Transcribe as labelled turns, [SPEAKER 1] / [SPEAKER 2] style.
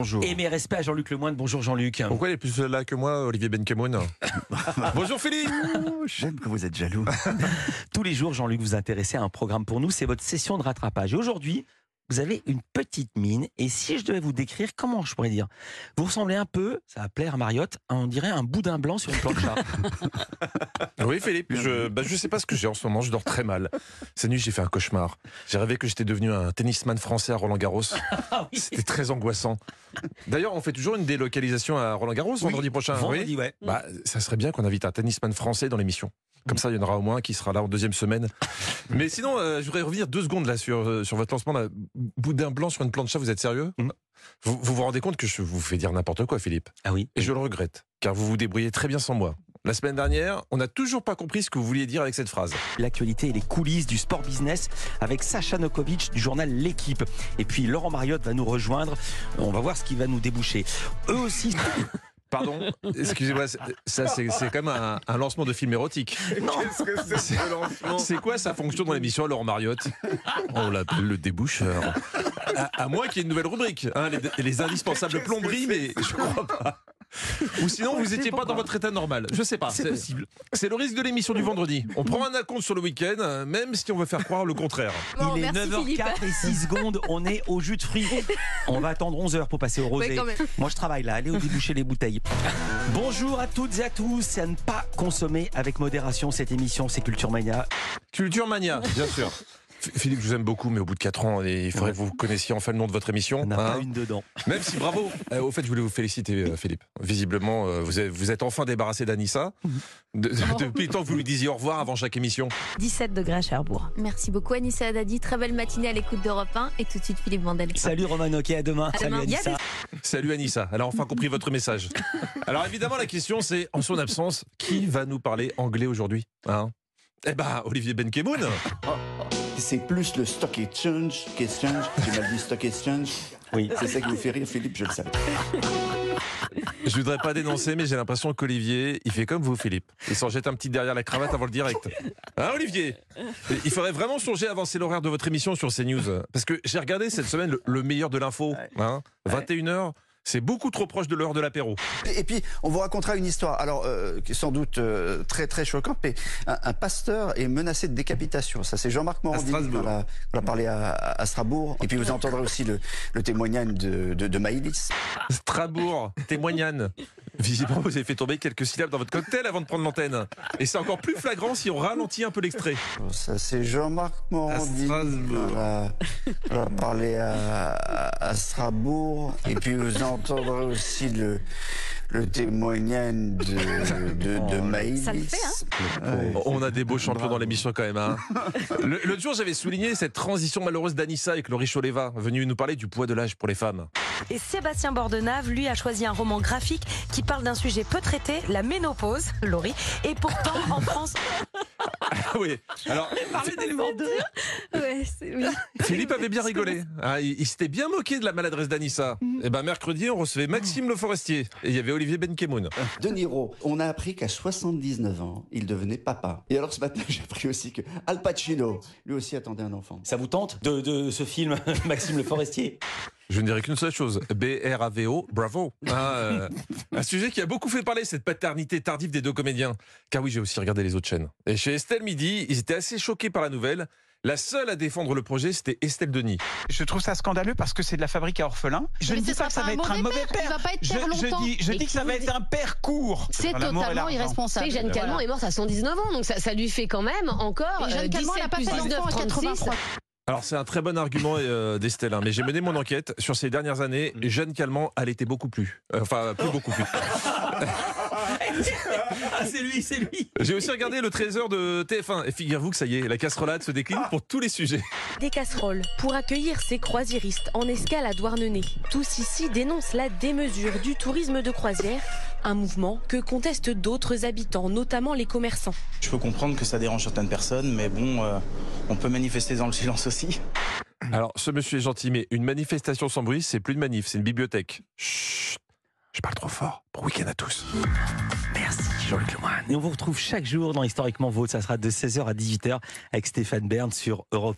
[SPEAKER 1] Bonjour.
[SPEAKER 2] Et mes respects à Jean-Luc Lemoine. Bonjour Jean-Luc.
[SPEAKER 1] Ah, Pourquoi il est plus là que moi, Olivier Benkemoun Bonjour Philippe
[SPEAKER 3] J'aime que vous êtes jaloux.
[SPEAKER 2] Tous les jours, Jean-Luc, vous intéressez à un programme pour nous. C'est votre session de rattrapage. Et aujourd'hui, vous avez une petite mine. Et si je devais vous décrire, comment je pourrais dire Vous ressemblez un peu, ça va plaire à Mariotte, à, on dirait un boudin blanc sur une plancha.
[SPEAKER 1] Oui Philippe, je bah, je sais pas ce que j'ai en ce moment, je dors très mal. Cette nuit j'ai fait un cauchemar. J'ai rêvé que j'étais devenu un tennisman français à Roland Garros.
[SPEAKER 2] Ah oui.
[SPEAKER 1] C'était très angoissant. D'ailleurs on fait toujours une délocalisation à Roland Garros vendredi prochain. oui.
[SPEAKER 2] Vendredi, ouais.
[SPEAKER 1] Bah, ça serait bien qu'on invite un tennisman français dans l'émission. Comme ça, il y en aura au moins un qui sera là en deuxième semaine. Mais sinon, euh, je voudrais revenir deux secondes là sur, euh, sur votre lancement. Là. Boudin blanc sur une plancha, vous êtes sérieux
[SPEAKER 2] Mm.
[SPEAKER 1] vous, vous vous rendez compte que je vous fais dire n'importe quoi, Philippe
[SPEAKER 2] Ah oui.
[SPEAKER 1] Et je le regrette, car vous vous débrouillez très bien sans moi. La semaine dernière, on n'a toujours pas compris ce que vous vouliez dire avec cette phrase.
[SPEAKER 2] L'actualité et les coulisses du sport business avec Sacha Nokovic du journal L'équipe. Et puis Laurent Mariotte va nous rejoindre. On va voir ce qui va nous déboucher. Eux aussi.
[SPEAKER 1] Pardon, excusez-moi, c'est- ça c'est c'est comme un, un lancement de film érotique.
[SPEAKER 4] Qu'est-ce que c'est ce lancement
[SPEAKER 1] C'est quoi sa fonction dans l'émission à Laurent Mariotte On l'appelle le déboucheur. À, à moins qu'il y ait une nouvelle rubrique, hein, les, les indispensables
[SPEAKER 4] Qu'est-ce que
[SPEAKER 1] plomberies, mais je crois pas. Ou sinon, vous n'étiez pas dans votre état normal. Je sais pas. C'est possible. C'est le risque de l'émission du vendredi. On prend un acompte sur le week-end, euh, même si on veut faire croire le contraire.
[SPEAKER 5] Bon,
[SPEAKER 2] Il est
[SPEAKER 5] merci
[SPEAKER 2] 9h04
[SPEAKER 5] Philippe.
[SPEAKER 2] et 6 secondes, on est au jus de fruits. On va attendre 11h pour passer au rosé.
[SPEAKER 5] Ouais, quand même.
[SPEAKER 2] Moi je travaille là, allez au déboucher les bouteilles. Bonjour à toutes et à tous, c'est à ne pas consommer avec modération cette émission, c'est Culture Mania.
[SPEAKER 1] Culture Mania, bien sûr. F- Philippe, je vous aime beaucoup, mais au bout de 4 ans, il faudrait que vous connaissiez enfin le nom de votre émission.
[SPEAKER 2] On n'a
[SPEAKER 1] hein.
[SPEAKER 2] pas une dedans.
[SPEAKER 1] Même si bravo. Euh, au fait, je voulais vous féliciter, euh, Philippe. Visiblement, euh, vous, êtes, vous êtes enfin débarrassé d'Anissa. De- de- depuis le temps que vous lui disiez au revoir avant chaque émission.
[SPEAKER 6] 17 degrés à Cherbourg.
[SPEAKER 5] Merci beaucoup Anissa Haddadi. Très belle matinée à l'écoute d'Europe 1 et tout de suite Philippe Vandel.
[SPEAKER 2] Salut Roman, ok, à demain.
[SPEAKER 5] À
[SPEAKER 2] Salut
[SPEAKER 5] demain. Il y a
[SPEAKER 2] Anissa.
[SPEAKER 1] Salut Anissa, elle a enfin compris votre message. Alors évidemment, la question c'est, en son absence, qui va nous parler anglais aujourd'hui hein Eh ben, Olivier Benkemoun
[SPEAKER 7] C'est plus le stock exchange qu'exchange. J'ai mal dit stock exchange.
[SPEAKER 2] Oui.
[SPEAKER 7] C'est ça qui vous fait rire, Philippe, je le savais.
[SPEAKER 1] Je voudrais pas dénoncer, mais j'ai l'impression qu'Olivier, il fait comme vous, Philippe. Il s'en jette un petit derrière la cravate avant le direct. Hein, Olivier Il faudrait vraiment songer à avancer l'horaire de votre émission sur CNews. Parce que j'ai regardé cette semaine le, le meilleur de l'info. Hein, 21h, c'est beaucoup trop proche de l'heure de l'apéro.
[SPEAKER 7] Et puis, on vous racontera une histoire, alors euh, qui est sans doute euh, très très choquante, mais un, un pasteur est menacé de décapitation. Ça, c'est Jean-Marc Morandini quand
[SPEAKER 1] Strasbourg.
[SPEAKER 7] on a, quand on a parlé à, à Strasbourg. Et puis, vous entendrez aussi le, le témoignage de, de, de Maïlis.
[SPEAKER 1] Strasbourg, témoignane. Visiblement, vous avez fait tomber quelques syllabes dans votre cocktail avant de prendre l'antenne. Et c'est encore plus flagrant si on ralentit un peu l'extrait.
[SPEAKER 7] Ça, c'est Jean-Marc Morandini
[SPEAKER 1] À Strasbourg.
[SPEAKER 7] quand on a- quand on a parlé à, à- à Strasbourg. Et puis, vous entendrez aussi le, le témoignage de, de, de Maïlis.
[SPEAKER 6] Ça le fait, hein
[SPEAKER 1] On a des beaux champions dans l'émission quand même. Hein. Le- L'autre jour, j'avais souligné cette transition malheureuse d'Anissa avec Laurie Choleva, venue nous parler du poids de l'âge pour les femmes.
[SPEAKER 6] Et Sébastien Bordenave, lui, a choisi un roman graphique qui parle d'un sujet peu traité, la ménopause, Laurie. Et pourtant, en France,
[SPEAKER 1] Ah oui. Alors,
[SPEAKER 5] Ouais, c'est- oui.
[SPEAKER 1] Philippe avait bien rigolé. Ah, il il s'était bien moqué de la maladresse d'Anissa.
[SPEAKER 5] Mm.
[SPEAKER 1] Et ben mercredi, on recevait Maxime Le Forestier et il y avait Olivier Benkemoun.
[SPEAKER 7] De Niro, on a appris qu'à 79 ans, il devenait papa. Et alors ce matin, j'ai appris aussi que Al Pacino, lui aussi attendait un enfant.
[SPEAKER 2] Ça vous tente de, de ce film Maxime Le Forestier
[SPEAKER 1] Je ne dirais qu'une seule chose. B-R-A-V-O, bravo. Ah, euh, un sujet qui a beaucoup fait parler, cette paternité tardive des deux comédiens. Car oui, j'ai aussi regardé les autres chaînes. Et chez Estelle Midi, ils étaient assez choqués par la nouvelle. La seule à défendre le projet, c'était Estelle Denis.
[SPEAKER 8] Je trouve ça scandaleux parce que c'est de la fabrique à orphelins. Je
[SPEAKER 9] Mais
[SPEAKER 8] ne
[SPEAKER 9] ce
[SPEAKER 8] dis pas
[SPEAKER 9] sera
[SPEAKER 8] que ça
[SPEAKER 9] pas
[SPEAKER 8] va
[SPEAKER 9] un
[SPEAKER 8] être un
[SPEAKER 9] mauvais
[SPEAKER 8] mauvais
[SPEAKER 9] père, il
[SPEAKER 8] père.
[SPEAKER 9] va pas être
[SPEAKER 8] Je-
[SPEAKER 9] père
[SPEAKER 8] je
[SPEAKER 9] longtemps.
[SPEAKER 8] dis, je
[SPEAKER 9] Mais
[SPEAKER 8] dis que ça va être un père court.
[SPEAKER 9] C'est
[SPEAKER 8] Dans l'amour et
[SPEAKER 9] totalement
[SPEAKER 8] l'argent.
[SPEAKER 9] irresponsable.
[SPEAKER 10] Et Jeanne Calment est morte à 119 ans, donc ça, ça lui fait quand même encore
[SPEAKER 9] Et Jeanne
[SPEAKER 10] euh,
[SPEAKER 9] Calment, elle
[SPEAKER 10] 17
[SPEAKER 9] a pas
[SPEAKER 10] plus
[SPEAKER 9] fait
[SPEAKER 10] 19,
[SPEAKER 9] d'enfant
[SPEAKER 10] 36.
[SPEAKER 9] en 83.
[SPEAKER 1] Alors c'est un très bon argument euh, d'Estelle, hein, mais j'ai mené mon enquête sur ces dernières années. Jeanne Calment, elle était beaucoup plus, Euh, enfin plus beaucoup plus.
[SPEAKER 2] Ah c'est lui, c'est lui
[SPEAKER 1] J'ai aussi regardé le trésor de TF1 et figurez-vous que ça y est, la casserolade se décline pour tous les sujets.
[SPEAKER 6] des casseroles pour accueillir ces croisiéristes en escale à Douarnenez. Tous ici dénoncent la démesure du tourisme de croisière, un mouvement que contestent d'autres habitants, notamment les commerçants.
[SPEAKER 8] Je peux comprendre que ça dérange certaines personnes, mais bon, euh, on peut manifester dans le silence aussi.
[SPEAKER 1] Alors ce monsieur est gentil, mais une manifestation sans bruit, c'est plus une manif, c'est une bibliothèque. Chut, je parle trop fort. Bon week-end à tous.
[SPEAKER 2] Merci Jean-Luc Lemoine. Et on vous retrouve chaque jour dans Historiquement Vôtre, ça sera de 16h à 18h avec Stéphane Bern sur Europe